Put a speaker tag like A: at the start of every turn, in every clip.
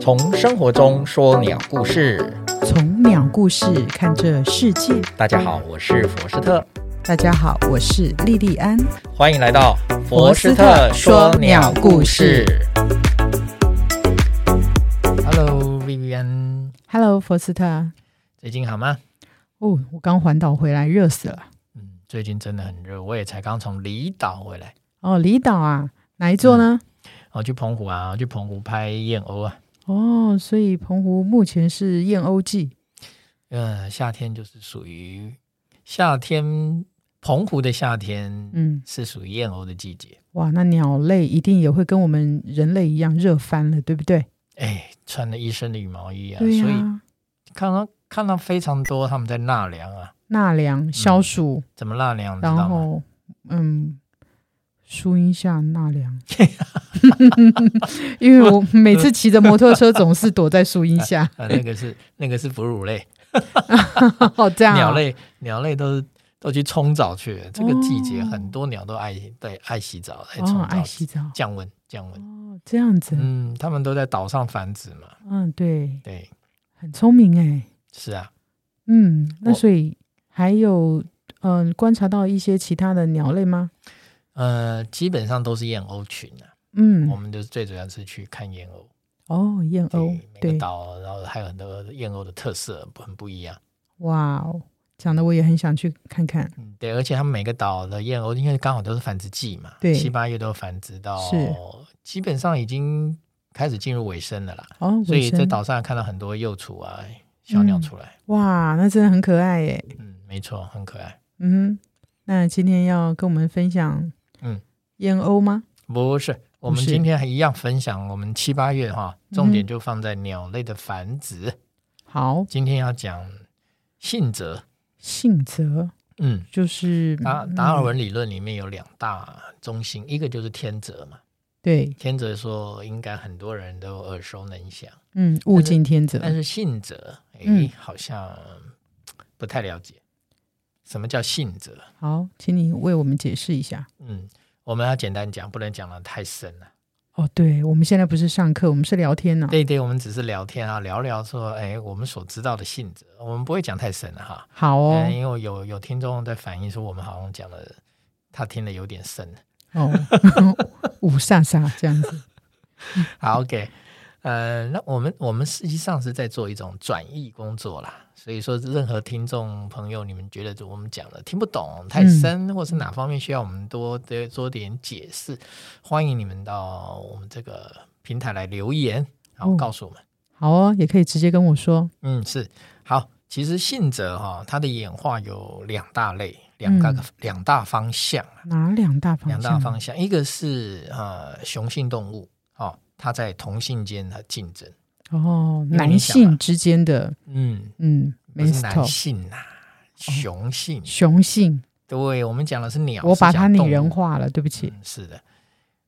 A: 从生活中说鸟故事。
B: 从鸟故事看这世界。
A: 大家好，我是佛斯特，
B: 大家好，我是莉莉安。
A: 欢迎来到
B: 佛斯特说鸟故事。
A: Hello Vivian，
B: Hello，佛斯特。
A: 最近好吗？
B: 哦，我刚环岛回来，热死了。
A: 嗯，最近真的很热，我也才刚从离岛回来，
B: 哦，离岛啊，哪一座呢？
A: 我去澎湖啊，我去澎湖拍燕鸥啊。
B: 哦，所以澎湖目前是燕鸥季。
A: 嗯，夏天就是属于夏天，澎湖的夏天，
B: 嗯，
A: 是属于燕鸥的季节。
B: 哇，那鸟类一定也会跟我们人类一样热翻了，对不对？
A: 哎，穿了一身的羽毛衣啊，
B: 对呀、
A: 所以看到看到非常多他们在纳凉啊，
B: 纳凉、消暑，
A: 怎么纳凉，你知
B: 然
A: 道吗？
B: 后嗯，树荫下纳 凉。因为我每次骑着摩托车总是躲在树荫下。
A: 啊，那个 是那个是哺乳类，
B: 哦，这样啊、
A: 鸟类鸟类都是都去冲澡去了。这个季节
B: 哦
A: 很多鸟都爱对爱洗澡，爱冲
B: 哦，
A: 澡
B: 爱，洗澡
A: 降温降温。
B: 哦，这样子，嗯
A: 嗯，它们都在岛上繁殖嘛。
B: 对，
A: 对，
B: 很聪明哎，
A: 是啊，
B: 嗯，那
A: 我
B: 所以还有嗯、呃观察到一些其他的鸟类吗？
A: 呃，基本上都是燕鸥群啊。我
B: 嗯，
A: 们就是最主要是去看燕鸥，
B: 哦，燕鸥
A: 对，每个
B: 对，
A: 岛，然后还有很多燕鸥的特色很不一样。
B: 哇哦，讲的我也很想去看看，
A: 嗯，对，而且他们每个岛的燕鸥，因为刚好都是繁殖季嘛，
B: 对
A: 七八月都繁殖到
B: 是，
A: 基本上已经开始进入尾声了啦。
B: 哦，
A: 所以
B: 尾
A: 在
B: 声，嗯
A: 岛上看到很多幼雏啊、小鸟出来，
B: 哇，那真的很可爱哎，
A: 嗯没错，很可爱。
B: 嗯哼，那今天要跟我们分享，
A: 嗯，
B: 燕鸥吗？
A: 不是，我们
B: 不是嗯
A: 今天还一样分享我们七八月哈，重点就放在鸟类的繁殖。
B: 好，
A: 今天要讲信则，
B: 信则
A: 嗯，
B: 就是
A: 达
B: 嗯
A: 达尔文理论里面有两大中心，一个就是天择嘛，
B: 对，
A: 天择说应该很多人都耳熟能详。
B: 嗯，物
A: 但是
B: 竞天择，
A: 但是信者，哎、
B: 嗯
A: 好像不太了解什么叫信者。
B: 好，请你为我们解释一下。
A: 嗯，我们要简单讲，不能讲的太深了。
B: 哦，对，我们现在不是上课，我们是聊天呢、
A: 对对，我们只是聊天啊，聊聊说，哎，我们所知道的信者，我们不会讲太深了哈。
B: 好哦，
A: 嗯，因为有有听众在反映说，我们好像讲的他听的有点深。
B: 哦， 五煞煞这样子，
A: 好，OK，呃，那我们我们实际上是在做一种转译工作啦，所以说任何听众朋友，你们觉得我们讲的听不懂太
B: 嗯
A: 深，或是哪方面需要我们多多多点解释，欢迎你们到我们这个平台来留言，然后
B: 哦
A: 告诉我们。
B: 好哦，也可以直接跟我说。
A: 嗯，是好。其实信者哈、它的演化有两大类，两个、
B: 嗯
A: 两大方向。
B: 哪两大方
A: 两
B: 向？啊
A: 大方向，一个是呃雄性动物哦，它在同性间的竞争，
B: 哦，
A: 因为
B: 男
A: 你想啊
B: 性之间的，
A: 嗯，
B: 嗯
A: 不是男
B: ，male
A: 性呐、
B: 哦
A: 雄性。
B: 雄性，
A: 对，我们讲的是鸟，
B: 我把
A: 是
B: 它
A: 讲
B: 拟
A: 动物
B: 人、化了，对不起，
A: 嗯是的，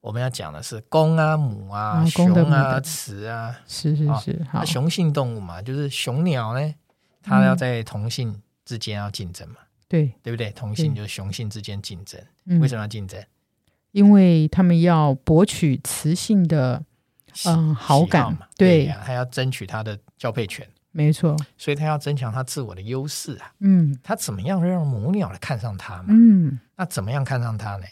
A: 我们要讲的是公啊、母啊、
B: 啊公
A: 雄
B: 的母
A: 啊、
B: 的
A: 雌啊。
B: 是是
A: 哦
B: 是，好
A: 那，雄性动物嘛，就是雄鸟呢，它要在同性之间要竞争嘛，
B: 对，
A: 对不对？同性
B: 对
A: 就是雄性之间竞争，
B: 嗯
A: 为，什么要竞争？
B: 因为他们要博取雌性的，
A: 喜
B: 嗯，好
A: 喜
B: 感
A: 嘛，，对
B: 对
A: 呀，，它要争取它的交配权。
B: 没错，
A: 所以它要增强它自我的优势啊。
B: 嗯
A: 它怎么样让母鸟来看上它嘛？
B: 嗯，
A: 那怎么样看上它呢？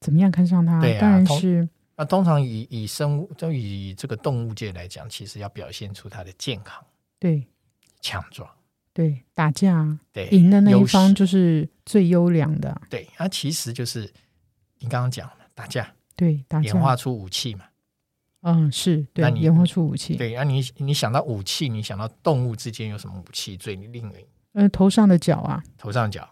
B: 怎么样看上它？
A: 对啊
B: 当然
A: 同
B: 是
A: 那通常以以生物就以这个动物界来讲，其实要表现出它的健康、
B: 对
A: 强壮，
B: 对，打架啊。
A: 对，
B: 赢的那一
A: 优势
B: 方就是最优良的，
A: 对，它其实就是你刚刚讲了打架，
B: 对，打
A: 演化
B: 架，
A: 出武器嘛。
B: 嗯，是
A: 那
B: 对，
A: 你
B: 演化出武器，
A: 对，那、啊你你想到武器，你想到动物之间有什么武器最令人
B: 呃，头上的角啊，
A: 头上角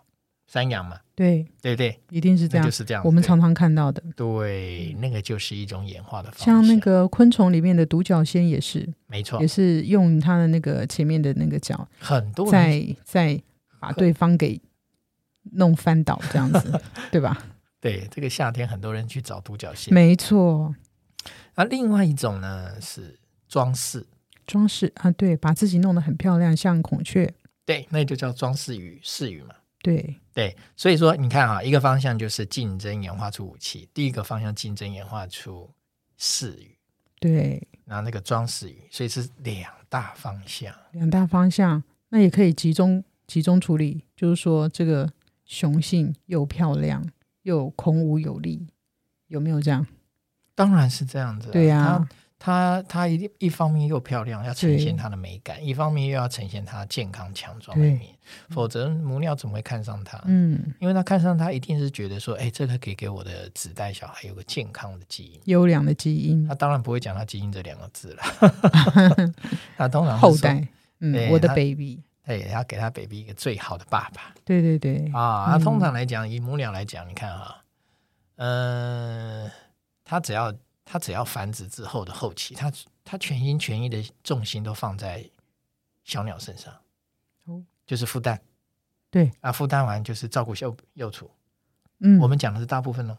A: 山羊嘛，
B: 对，
A: 对不对？
B: 一定是这
A: 那
B: 样
A: 就，是这样。
B: 我们
A: 对
B: 常常看到的，
A: 对，那个就是一种演化的方
B: 像
A: 向。
B: 那个昆虫里面的独角仙也是，
A: 没错
B: 也，是用它的那个前面的那个角，
A: 很多人
B: 再再把对方给弄翻倒，这样 子，对吧？
A: 对，这个夏天很多人去找独角仙。
B: 没错，
A: 那另外一种呢是装饰，
B: 装饰啊，对，把自己弄得很漂亮，像孔雀，
A: 对，那就叫装饰鱼、饰鱼嘛。
B: 对，
A: 对，所以说你看啊，一个方向就是竞争演化出武器，第一个方向竞争演化出饰鱼，
B: 对，
A: 然后那个装饰语，所以是两大方向。
B: 两大方向，那也可以集中集中处理，就是说这个雄性又漂亮又孔武有力，有没有这样？
A: 当然是这样子、
B: 对啊呀、
A: 它它它一定一方面又漂亮，要呈
B: 对
A: 现它的美感；一方面又要呈现它健康强壮的
B: 对
A: 一面，否则母鸟怎么会看上它？
B: 嗯，
A: 因为它看上它，一定是觉得说，哎，这个可以给我的子代小孩有个健康的基因。
B: 优良的基因
A: 他当然不会讲他基因这两个字 了，他通常是说
B: 后，代，
A: 对
B: 嗯，我的
A: 他
B: baby，
A: 对，他给他 baby 一个最好的爸爸
B: 对对对，
A: 啊。那、
B: 嗯
A: 通常来讲，以母鸟来讲，你看啊，嗯、它只要它只要繁殖之后的后期，它它全心全意的重心都放在小鸟身上，
B: 哦
A: 就是孵蛋，
B: 对
A: 啊，孵蛋完就是照顾幼幼雏。
B: 嗯，
A: 我们讲的是大部分哦，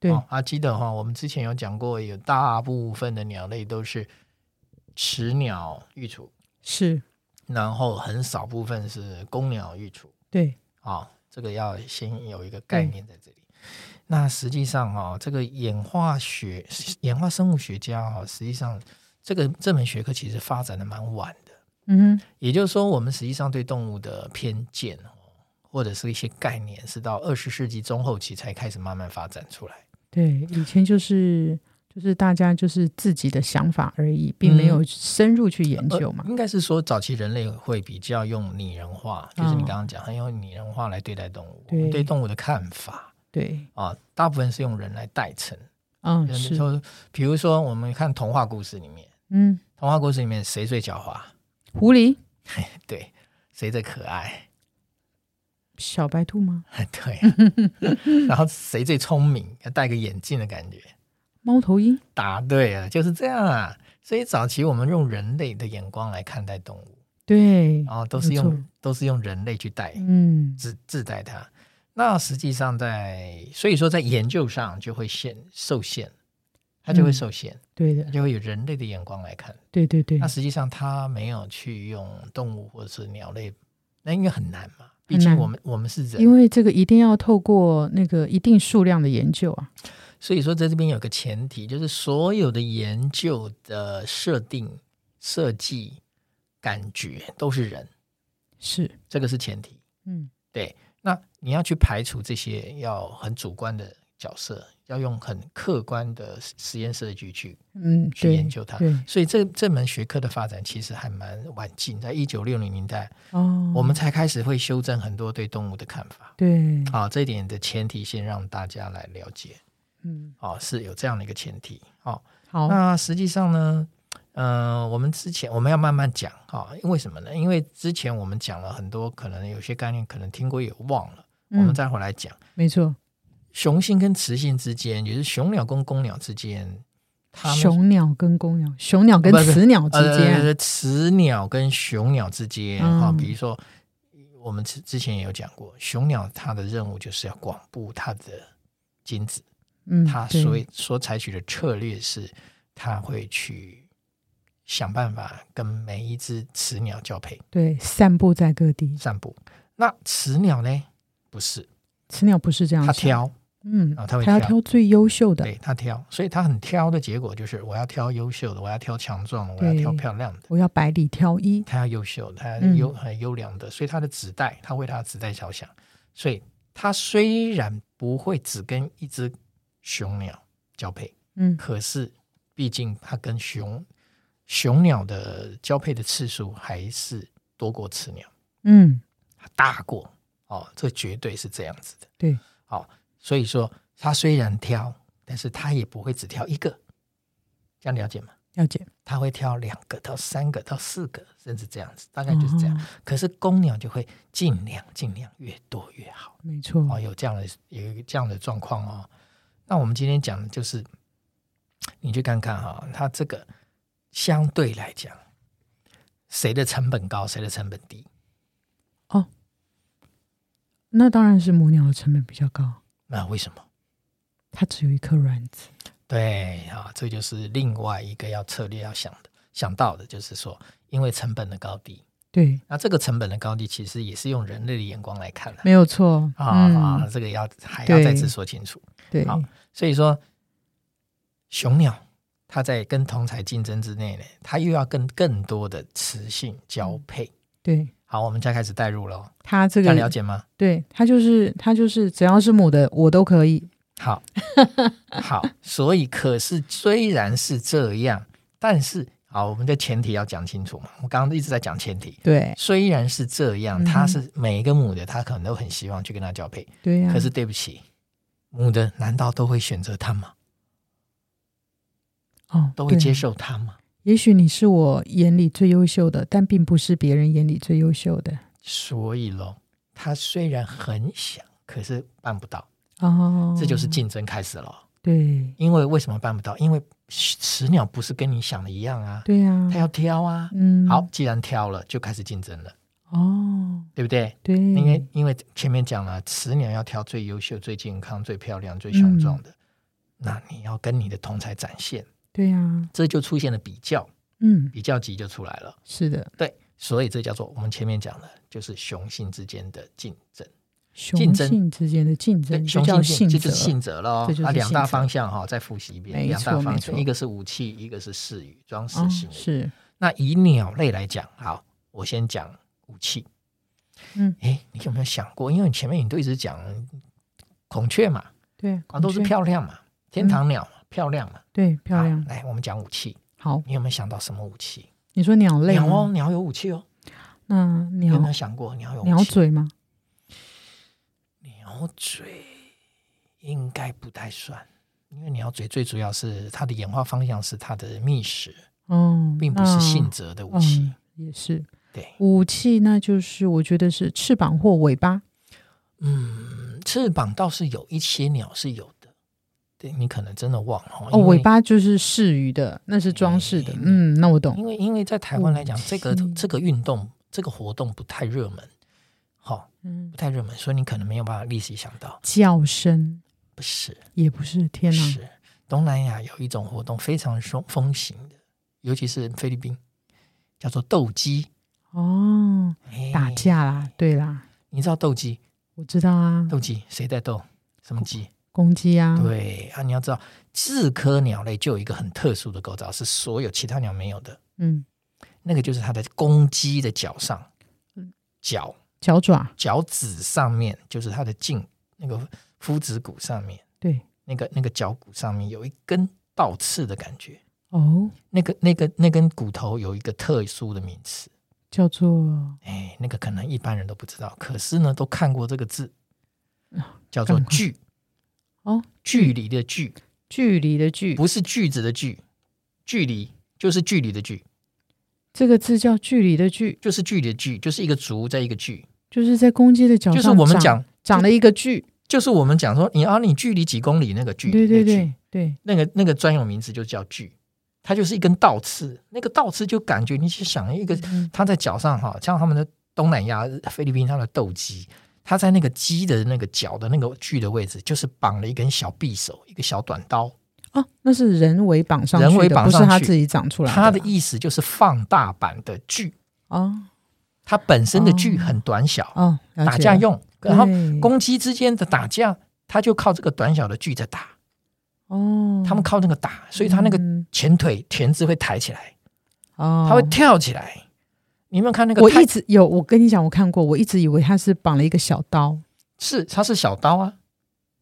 B: 对
A: 哦、啊，记得哈、我们之前有讲过，有大部分的鸟类都是雌鸟育雏，
B: 是，
A: 然后很少部分是公鸟育雏
B: 对，
A: 啊、这个要先有一个概念在这里。那实际上哦，这个演化学、演化生物学家哦，实际上这个这门学科其实发展的蛮晚的。
B: 嗯哼，
A: 也就是说，我们实际上对动物的偏见哦，或者是一些概念，是到二十世纪中后期才开始慢慢发展出来。
B: 对，以前就是。就是大家就是自己的想法而已，并
A: 嗯
B: 没有深入去研究嘛。
A: 呃应该是说早期人类会比较用拟人化，就是你刚刚讲，很用拟人化来对待动物，
B: 嗯对
A: 我们对动物的看法
B: 对，
A: 啊，大部分是用人来代称。
B: 嗯，，
A: 就是说，比如说我们看童话故事里面，
B: 嗯，
A: 童话故事里面谁最狡猾？
B: 狐狸、
A: 对，谁最可爱？
B: 小白兔吗？
A: 对、啊 然后谁最聪明？要戴个眼镜的感觉。
B: 猫头鹰？
A: 答对了，就是这样啊。所以早期我们用人类的眼光来看待动物，
B: 对，
A: 然后都是
B: 没
A: 用
B: 错
A: 都是用人类去带。
B: 嗯，
A: 自自带它。那实际上在，所以说在研究上就会限受限，它就会
B: 嗯
A: 受限，
B: 对
A: 它
B: 的，
A: 就会有人类的眼光来看。
B: 对对对
A: 那，实际上它没有去用动物或者是鸟类，那应该很难嘛。毕
B: 很
A: 竟
B: 难
A: 我们我们是人，
B: 因为这个一定要透过那个一定数量的研究啊，
A: 所以说在这边有个前提，就是所有的研究的设定、设计、感觉都是人，
B: 是，
A: 这个是前提。
B: 嗯，
A: 对，那你要去排除这些要很主观的角色，要用很客观的实实验设计去
B: 嗯，
A: 去
B: 对
A: 研究它
B: 对，
A: 所以这这门学科的发展其实还蛮晚近，在一九六零年代，
B: 哦，
A: 我们才开始会修正很多对动物的看法。
B: 对，
A: 好、啊这一点的前提先让大家来了解，
B: 嗯，
A: 哦，是有这样的一个前提。哦，
B: 好，
A: 那实际上呢，嗯、我们之前我们要慢慢讲哈、哦，因为什么呢？因为之前我们讲了很多，可能有些概念可能听过也忘了，我们
B: 嗯，
A: 再回来讲。
B: 没错，
A: 雄性跟雌性之间，也就是雄鸟跟公鸟之间，它们
B: 雄鸟跟公鸟，雄鸟跟
A: 不是
B: 雌鸟之间，
A: 呃雌鸟跟雄鸟之间
B: 嗯
A: 啊、比如说我们之之前也有讲过，雄鸟它的任务就是要广布它的精子，
B: 嗯，
A: 它
B: 对
A: 所以所采取的策略是，它会去想办法跟每一只雌鸟交配
B: 对散布在各地，
A: 散步。那雌鸟呢？不是，
B: 雌鸟不是这样
A: 它
B: 想，
A: 挑，
B: 嗯，
A: 啊它会
B: 它要
A: 挑
B: 挑最优秀的，
A: 对它挑，所以它很挑的结果就是我要挑优秀的，我要挑强壮的，我要
B: 对
A: 挑漂亮的，
B: 我要百里挑一，
A: 它要优秀，它
B: 嗯
A: 优很优良的，所以它的子代，它为它的子代着想，所以它虽然不会只跟一只雄鸟交配，
B: 嗯，
A: 可是毕竟它跟雄雄鸟的交配的次数还是多过雌鸟，
B: 嗯，
A: 大过哦，这绝对是这样子的。
B: 对，
A: 好、所以说它虽然挑，但是它也不会只挑一个，这样了解吗？
B: 了解，
A: 它会挑两个到三个到四个，甚至这样子，大概就是这样。
B: 哦
A: 可是公鸟就会尽量尽量越多越好
B: 没错，
A: 哦，有这样的有一个这样的状况哦。那我们今天讲的就是，你去看看哈、它这个相对来讲，谁的成本高，谁的成本低？
B: 那当然是母鸟的成本比较高，
A: 那为什么？
B: 它只有一颗卵子，
A: 对啊，这就是另外一个要策略要想的想到的，就是说，因为成本的高低，
B: 对，
A: 那这个成本的高低其实也是用人类的眼光来看的
B: 没有错，
A: 啊、
B: 嗯
A: 啊，这个要还要再次
B: 对
A: 说清楚。
B: 对，
A: 好所以说，雄鸟它在跟同才竞争之内呢，它又要跟更多的雌性交配。
B: 对
A: 好，我们现在开始带入喽，
B: 他嗯这
A: 这样了
B: 个，
A: 解吗？
B: 对他就是他就是只要是母的我都可以，
A: 好，好，所以可是虽然是这样，但是好，我们的前提要讲清楚嘛。我刚刚一直在讲前提，
B: 对
A: 虽然是这样，
B: 嗯
A: 它是每一个母的，它可能都很希望去跟它交配，
B: 对呀、
A: 可是对不起，母的难道都会选择它吗？
B: 哦，
A: 都会接
B: 对。
A: 受它吗？
B: 也许你是我眼里最优秀的，但并不是别人眼里最优秀的
A: 所以咯，他虽然很想，可是办不到，
B: 哦。
A: 这就是竞争开始了。
B: 对
A: 因为为什么办不到？因为雌鸟不是跟你想的一样啊，
B: 对呀、
A: 它要挑啊。
B: 嗯，
A: 好，既然挑了，就开始竞争了，
B: 哦，
A: 对不对？
B: 对，
A: 因为因为前面讲了，雌鸟要挑最优秀、最健康、最漂亮、最雄壮的，那你要跟你的同才展现，
B: 对呀、
A: 这就出现了比较，
B: 嗯，
A: 比较级就出来了。
B: 是的，
A: 对，所以这叫做我们前面讲的，就是雄性之间的竞争。
B: 雄
A: 竞争
B: 性之间的竞争
A: 对，
B: 就
A: 雄
B: 叫
A: 性性这
B: 择，
A: 就是性择喽
B: 这就。是
A: 啊，两
B: 性
A: 大
B: 择
A: 方向哈，再复习一遍，
B: 没
A: 两大
B: 错
A: 方
B: 没
A: 向，
B: 错
A: 一个是武器，一个是饰语，装饰
B: 哦
A: 性、语。
B: 是
A: 那以鸟类来讲，好，我先讲武器。
B: 嗯，
A: 哎，你有没有想过？因为你前面你都一直讲孔雀嘛，
B: 对，
A: 啊，都是
B: 孔雀
A: 漂亮嘛，天堂鸟嘛，漂亮嘛，
B: 对漂亮
A: 好。来，我们讲武器，
B: 好，
A: 你有没有想到什么武器？
B: 你说鸟类
A: 鸟哦，
B: 吗，
A: 鸟有武器哦。
B: 那
A: 你有没有
B: 鸟
A: 想过鸟有
B: 鸟
A: 武器？
B: 嘴吗？
A: 鸟嘴应该不太算，因为鸟嘴最主要是它的演化方向是它的觅食，
B: 哦，
A: 并不是
B: 那
A: 性择的武器。
B: 嗯，也是
A: 对，
B: 武器，那就是我觉得是翅膀或尾巴。
A: 嗯，翅膀倒是有一些鸟是有的，对你可能真的忘了
B: 哦，尾，巴就是饰鱼的，那是装饰的。嗯，那我懂。
A: 因为因为因为在台湾来讲
B: 武，
A: 这个
B: 器
A: 这个运动这个活动不太热门，好、
B: 嗯
A: 不，太热门，所以你可能没有办法立即想到，
B: 叫声
A: 不是
B: 也不是，天哪！
A: 是东南亚有一种活动非常风风行的，尤其是菲律宾，叫做斗鸡。
B: 哦，
A: 哎
B: 打架啦，对啦，
A: 你知道斗鸡？
B: 我知道啊，
A: 斗鸡谁在斗？什么鸡？
B: 公鸡啊，
A: 对啊，你要知道，雉科鸟类就有一个很特殊的构造，是所有其他鸟没有的。
B: 嗯，
A: 那个就是它的公鸡的脚上
B: 嗯，
A: 脚
B: 脚爪，
A: 脚趾上面，就是它的胫那个肤质骨上面，
B: 对，
A: 那个那个脚骨上面有一根倒刺的感觉。
B: 哦，
A: 那个、那个、那根骨头有一个特殊的名词，
B: 叫做
A: 哎，那个可能一般人都不知道，可是呢，都看过这个字，叫做
B: 赶快
A: 距
B: 哦，
A: 距离的距，
B: 距离的距，
A: 不是句子的距，距离就是距离的距，
B: 这个字叫距离的距，
A: 就是距离的距，就是一个足在一个距，
B: 就是在公鸡的脚
A: 就
B: 上
A: 是我们
B: 长
A: 讲，
B: 长了一个距，
A: 就是我们讲说你啊，你距离几公里那个距，
B: 对
A: 那
B: 对
A: 个距
B: 对对，
A: 那个那个专有名词就叫距，它就是一根倒刺，那个倒刺就感觉你去想一个
B: 嗯
A: 它在脚上哈，像他们的东南亚、菲律宾，它的斗鸡，它在那个鸡的那个脚的那个距的位置，就是绑了一根小匕首，一个小短刀。
B: 哦，那是人为绑上去
A: 人
B: 的，
A: 为绑
B: 不是
A: 上
B: 它
A: 去
B: 自己长出来
A: 它的
B: 的
A: 意思就是放大版的锯，
B: 哦
A: 它本身的锯
B: 哦
A: 很短小，
B: 哦，了
A: 打
B: 解
A: 架
B: 了
A: 用。然后
B: 对
A: 公鸡之间的打架，它就靠这个短小的锯在打，
B: 哦，
A: 他们靠那个打，所以它那个
B: 嗯
A: 前腿前肢会抬起来，
B: 哦，
A: 它会跳起来。你有没有看那个
B: 我
A: 泰？
B: 一直有，我跟你讲，我看过，我一直以为它是绑了一个小刀，
A: 是它是小刀啊，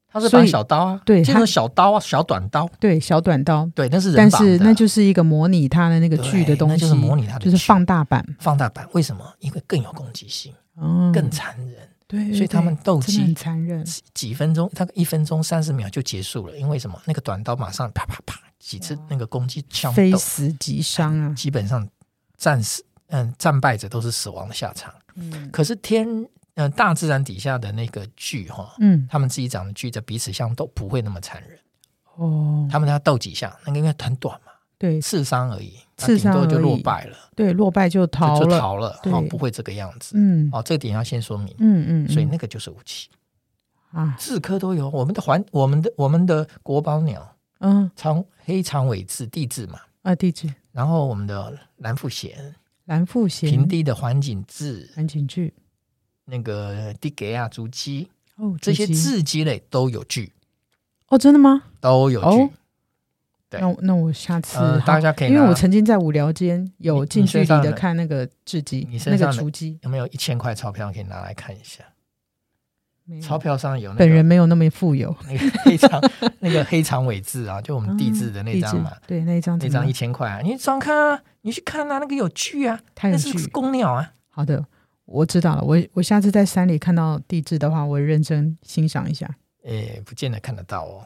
A: 它是
B: 所
A: 绑
B: 以
A: 小刀啊，
B: 对
A: 这
B: 它
A: 种小刀啊，小短刀。
B: 对，小短刀，
A: 对，那是人
B: 但
A: 绑的
B: 是那就是一个模拟它的那个剧的
A: 对
B: 东西，
A: 那就是模拟它的
B: 就是
A: 剧
B: 放大版，
A: 放大版。为什么？因为更有攻击性，
B: 嗯，
A: 更残忍，
B: 对，对
A: 所以他们斗
B: 对真的很
A: 鸡
B: 残忍，
A: 几几分钟，大概一分钟三十秒就结束了。因为什么？那个短刀马上啪啪啪几次
B: 哇
A: 那个攻击枪
B: 非
A: 斗，
B: 死即伤啊，
A: 基本上战士嗯战败者都是死亡的下场。
B: 嗯
A: 可是天嗯、呃大自然底下的那个剧哈。
B: 嗯
A: 他们自己长的锯在彼此相斗不会那么残忍，
B: 哦，
A: 他们要斗几下，那个因为很短嘛，
B: 对
A: 刺伤而已，那
B: 刺
A: 顶
B: 伤
A: 多就
B: 而
A: 落
B: 已
A: 败了，
B: 对，落败就逃
A: 就就
B: 了，
A: 逃了，
B: 对
A: 哦，不会这个样子。
B: 嗯
A: 哦，这点要先说明。
B: 嗯嗯，
A: 所以
B: 嗯
A: 那个就是武器，
B: 啊
A: 雉科都有。我们的环，我们的我们的国宝鸟
B: 嗯
A: 长黑长尾雉，地雉嘛。
B: 啊，地址
A: 然后我们的蓝腹
B: 嗯
A: 鹇，
B: 蓝腹鹇
A: 平地的环颈雉，
B: 蓝颈剧
A: 那个地给亚竹鸡，
B: 哦，
A: 这些
B: 字
A: 雉鸡类都有锯，
B: 哦，真的吗？
A: 都有锯。
B: 哦
A: 对
B: 那我那我下次
A: 呃，大
B: 好
A: 家可以拿，
B: 因为我曾经在无聊间有
A: 你
B: 近
A: 你
B: 距
A: 身
B: 离
A: 上
B: 的
A: 的
B: 看那个雉鸡
A: 你，身
B: 那个
A: 上的
B: 雏鸡，
A: 有没有一千块钞票可以拿来看一下？
B: 没有
A: 钞票上有那
B: 嗯本人
A: 个
B: 没有那么富有。
A: 那个黑长那个黑长尾字啊，就我们地质的那
B: 哦地
A: 张
B: 址
A: 嘛，
B: 对，那一张
A: 那
B: 怎么
A: 张一
B: 了
A: 千块啊，你常看啊，你去看啊，那个有剧啊，
B: 太有
A: 那
B: 趣
A: 是。公鸟啊，
B: 好的，我知道了。我我下次在山里看到地质的话，我认真欣赏一下。
A: 诶，不见得看得到哦。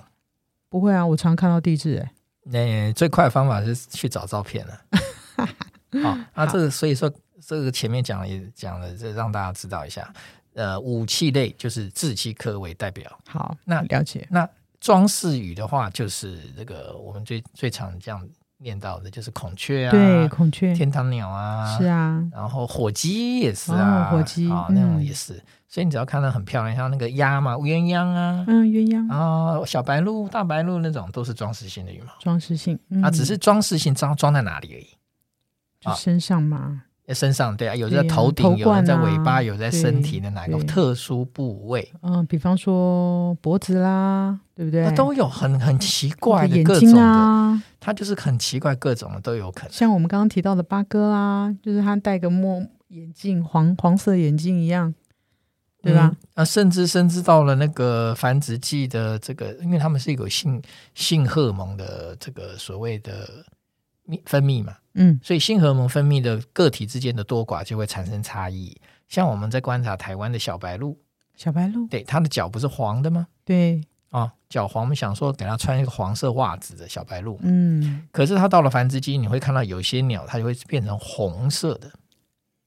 B: 不会啊，我常看到地质、哎，
A: 那、最快的方法是去找照片了、好、那这个所以说这个前面讲了也讲了，这让大家知道一下。呃，武器类就是雉鸡科为代表，
B: 好，
A: 那
B: 了解。
A: 那装饰语的话，就是这个我们最最常这样念到的，就是孔雀啊，
B: 对，孔雀
A: 天堂鸟啊，
B: 是啊，
A: 然后火鸡也是啊，
B: 哦火鸡
A: 啊、那种
B: 嗯
A: 也是。所以你只要看到很漂亮，像那个鸭嘛，鸳鸯啊，
B: 嗯，鸳鸯
A: 然后小白鹭、大白鹭那种，都是装饰性的羽毛。
B: 装饰性，
A: 啊，
B: 嗯
A: 只是装饰性装装在哪里而已
B: 就
A: 啊
B: 身上嘛，
A: 呃。身上对啊，有
B: 对
A: 在
B: 呀
A: 头
B: 头
A: 顶，有人在
B: 冠啊
A: 尾巴，有在身体的
B: 对
A: 哪个
B: 对
A: 特殊部位，
B: 嗯，比方说脖子啦，对不对
A: 那？都有很很奇怪的
B: 眼
A: 各种
B: 睛
A: 的，
B: 啊，
A: 它就是很奇怪各种的都有可能。
B: 像我们刚刚提到的八哥啦，就是他戴个墨眼镜，黄黄色眼镜一样，对吧
A: 嗯？？啊，甚至甚至到了那个繁殖季的这个，因为他们是有性性荷尔蒙的这个所谓的泌分泌嘛，
B: 嗯，
A: 所以性荷尔蒙分泌的个体之间的多寡就会产生差异。像我们在观察台湾的小白鹭，
B: 小白鹭，
A: 对，它的脚不是黄的吗？
B: 对，
A: 啊、脚黄，我们想说给它穿一个黄色袜子的小白鹭，
B: 嗯，
A: 可是它到了繁殖期，你会看到有些鸟它就会变成红色的，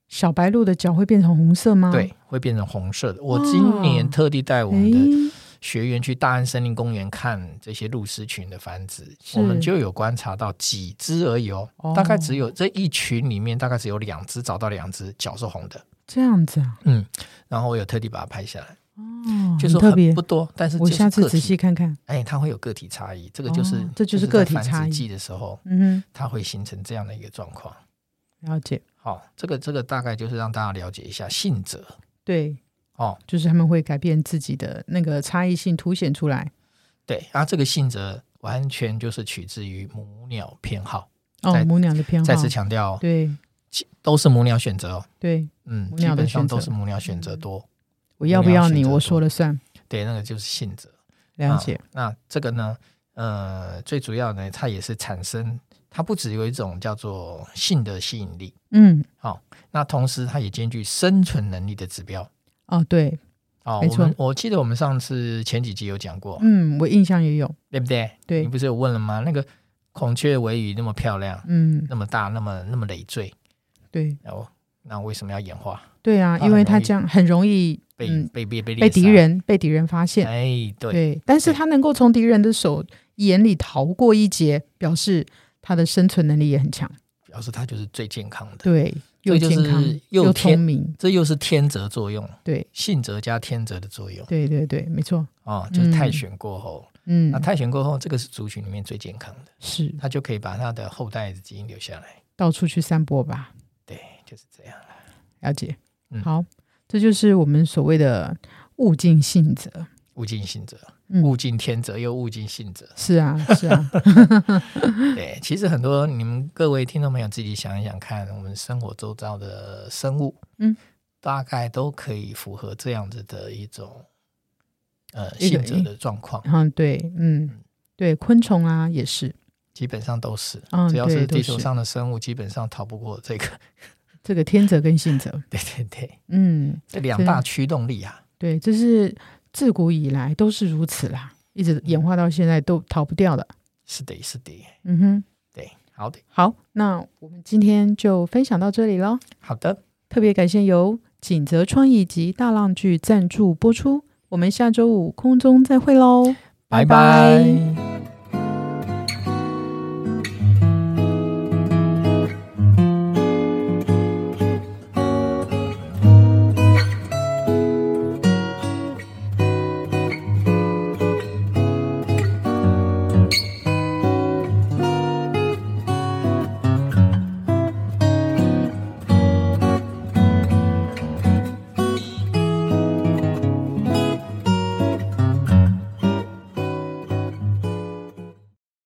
B: 小白鹭的脚会变成红色吗？
A: 对，会变成红色的。我
B: 哇
A: 今年特地带我们的
B: 哦诶，
A: 学员去大安森林公园看这些鹭鸶群的繁殖，
B: 是
A: 我们就有观察到几只而已哦，
B: 哦
A: 大概只有这一群里面大概只有两只找到两只脚是红的，
B: 这样子啊，
A: 嗯，然后我有特地把它拍下来，
B: 哦，
A: 就是说
B: 很特别
A: 不。多，但是
B: 我
A: 就是
B: 下次
A: 个
B: 仔
A: 体
B: 细看看。
A: 哎，它会有个体差异，这个就是、
B: 哦这就是
A: 在
B: 个体
A: 繁殖
B: 差异
A: 季的时候，
B: 嗯
A: 它会形成这样的一个状况。
B: 哼，了解。
A: 好、这个这个大概就是让大家了解一下信者
B: 对，
A: 哦，
B: 就是他们会改变自己的那个差异性，凸显出来。
A: 对，然、后这个信者完全就是取自于母鸟偏好，
B: 哦
A: 再，
B: 母鸟的偏好。
A: 再次强调哦，
B: 对
A: 其都是母鸟选择哦，
B: 对，
A: 嗯，
B: 母
A: 基
B: 鸟的
A: 本上
B: 选择
A: 都是母鸟选择多，
B: 我要不要
A: 母鸟选
B: 你，
A: 择
B: 我
A: 多
B: 说了算。
A: 对，那个就是信者。
B: 嗯了解
A: 啊。那这个呢，呃，最主要呢，它也是产生，它不只有一种叫做性的吸引力，
B: 嗯，
A: 那同时它也兼具生存能力的指标。
B: 哦，对，
A: 哦，
B: 没
A: 我们
B: 错
A: 我记得我们上次前几集有讲过，
B: 嗯，我印象也有。
A: 对不对？
B: 对
A: 你不是有问了吗？那个孔雀尾羽那么漂亮，
B: 嗯，
A: 那么大，那么那么累赘，
B: 对，
A: 哦，那为什么要演化？
B: 对啊，
A: 它很
B: 因为
A: 容
B: 它
A: 易
B: 这样很容易，
A: 被、
B: 嗯，
A: 被被被
B: 被
A: 猎
B: 敌
A: 杀？
B: 人被敌人发现。
A: 哎，对，
B: 对，但是
A: 对
B: 它能够从敌人的手眼里逃过一劫，表示它的生存能力也很强。
A: 表示它就是最健康的。
B: 对，
A: 这
B: 又
A: 就
B: 健
A: 是
B: 康
A: 又
B: 又
A: 天
B: 聪明。
A: 这又是天择作用，
B: 对，
A: 性择加天择的作用
B: 对对对，没错。
A: 啊、哦，就是
B: 嗯
A: 泰选过后，
B: 嗯
A: 那，泰选过后，这个是族群里面最健康的，
B: 是
A: 它就可以把它的后代的基因留下来，
B: 到处去散播吧，
A: 就是这样了。
B: 了解。
A: 嗯
B: 好，这就是我们所谓的物竞性择。
A: 物竞性择，
B: 嗯
A: 物竞天择，又物竞性择。
B: 是啊，是啊，
A: 对，其实很多你们各位听众朋友自己想一想看，我们生活周遭的生物，
B: 嗯，
A: 大概都可以符合这样子的一种呃
B: 一个
A: 性择的状况，
B: 嗯，对，嗯，对，昆虫啊也是，
A: 基本上都是，
B: 嗯
A: 只要
B: 对
A: 是
B: 都
A: 地球
B: 是
A: 上的生物，基本上逃不过这个。
B: 这个天择跟性择，
A: 对对对，
B: 嗯，
A: 这两
B: 真
A: 大驱动力啊，
B: 对，这是自古以来都是如此啦，一
A: 嗯
B: 直演化到现在都逃不掉的。
A: 是的，是的，
B: 嗯哼，
A: 对，好的，
B: 好，那我们今天就分享到这里喽。
A: 好的，
B: 特别感谢由锦泽创意及大浪剧赞助播出。我们下周五空中再会喽，
A: 拜拜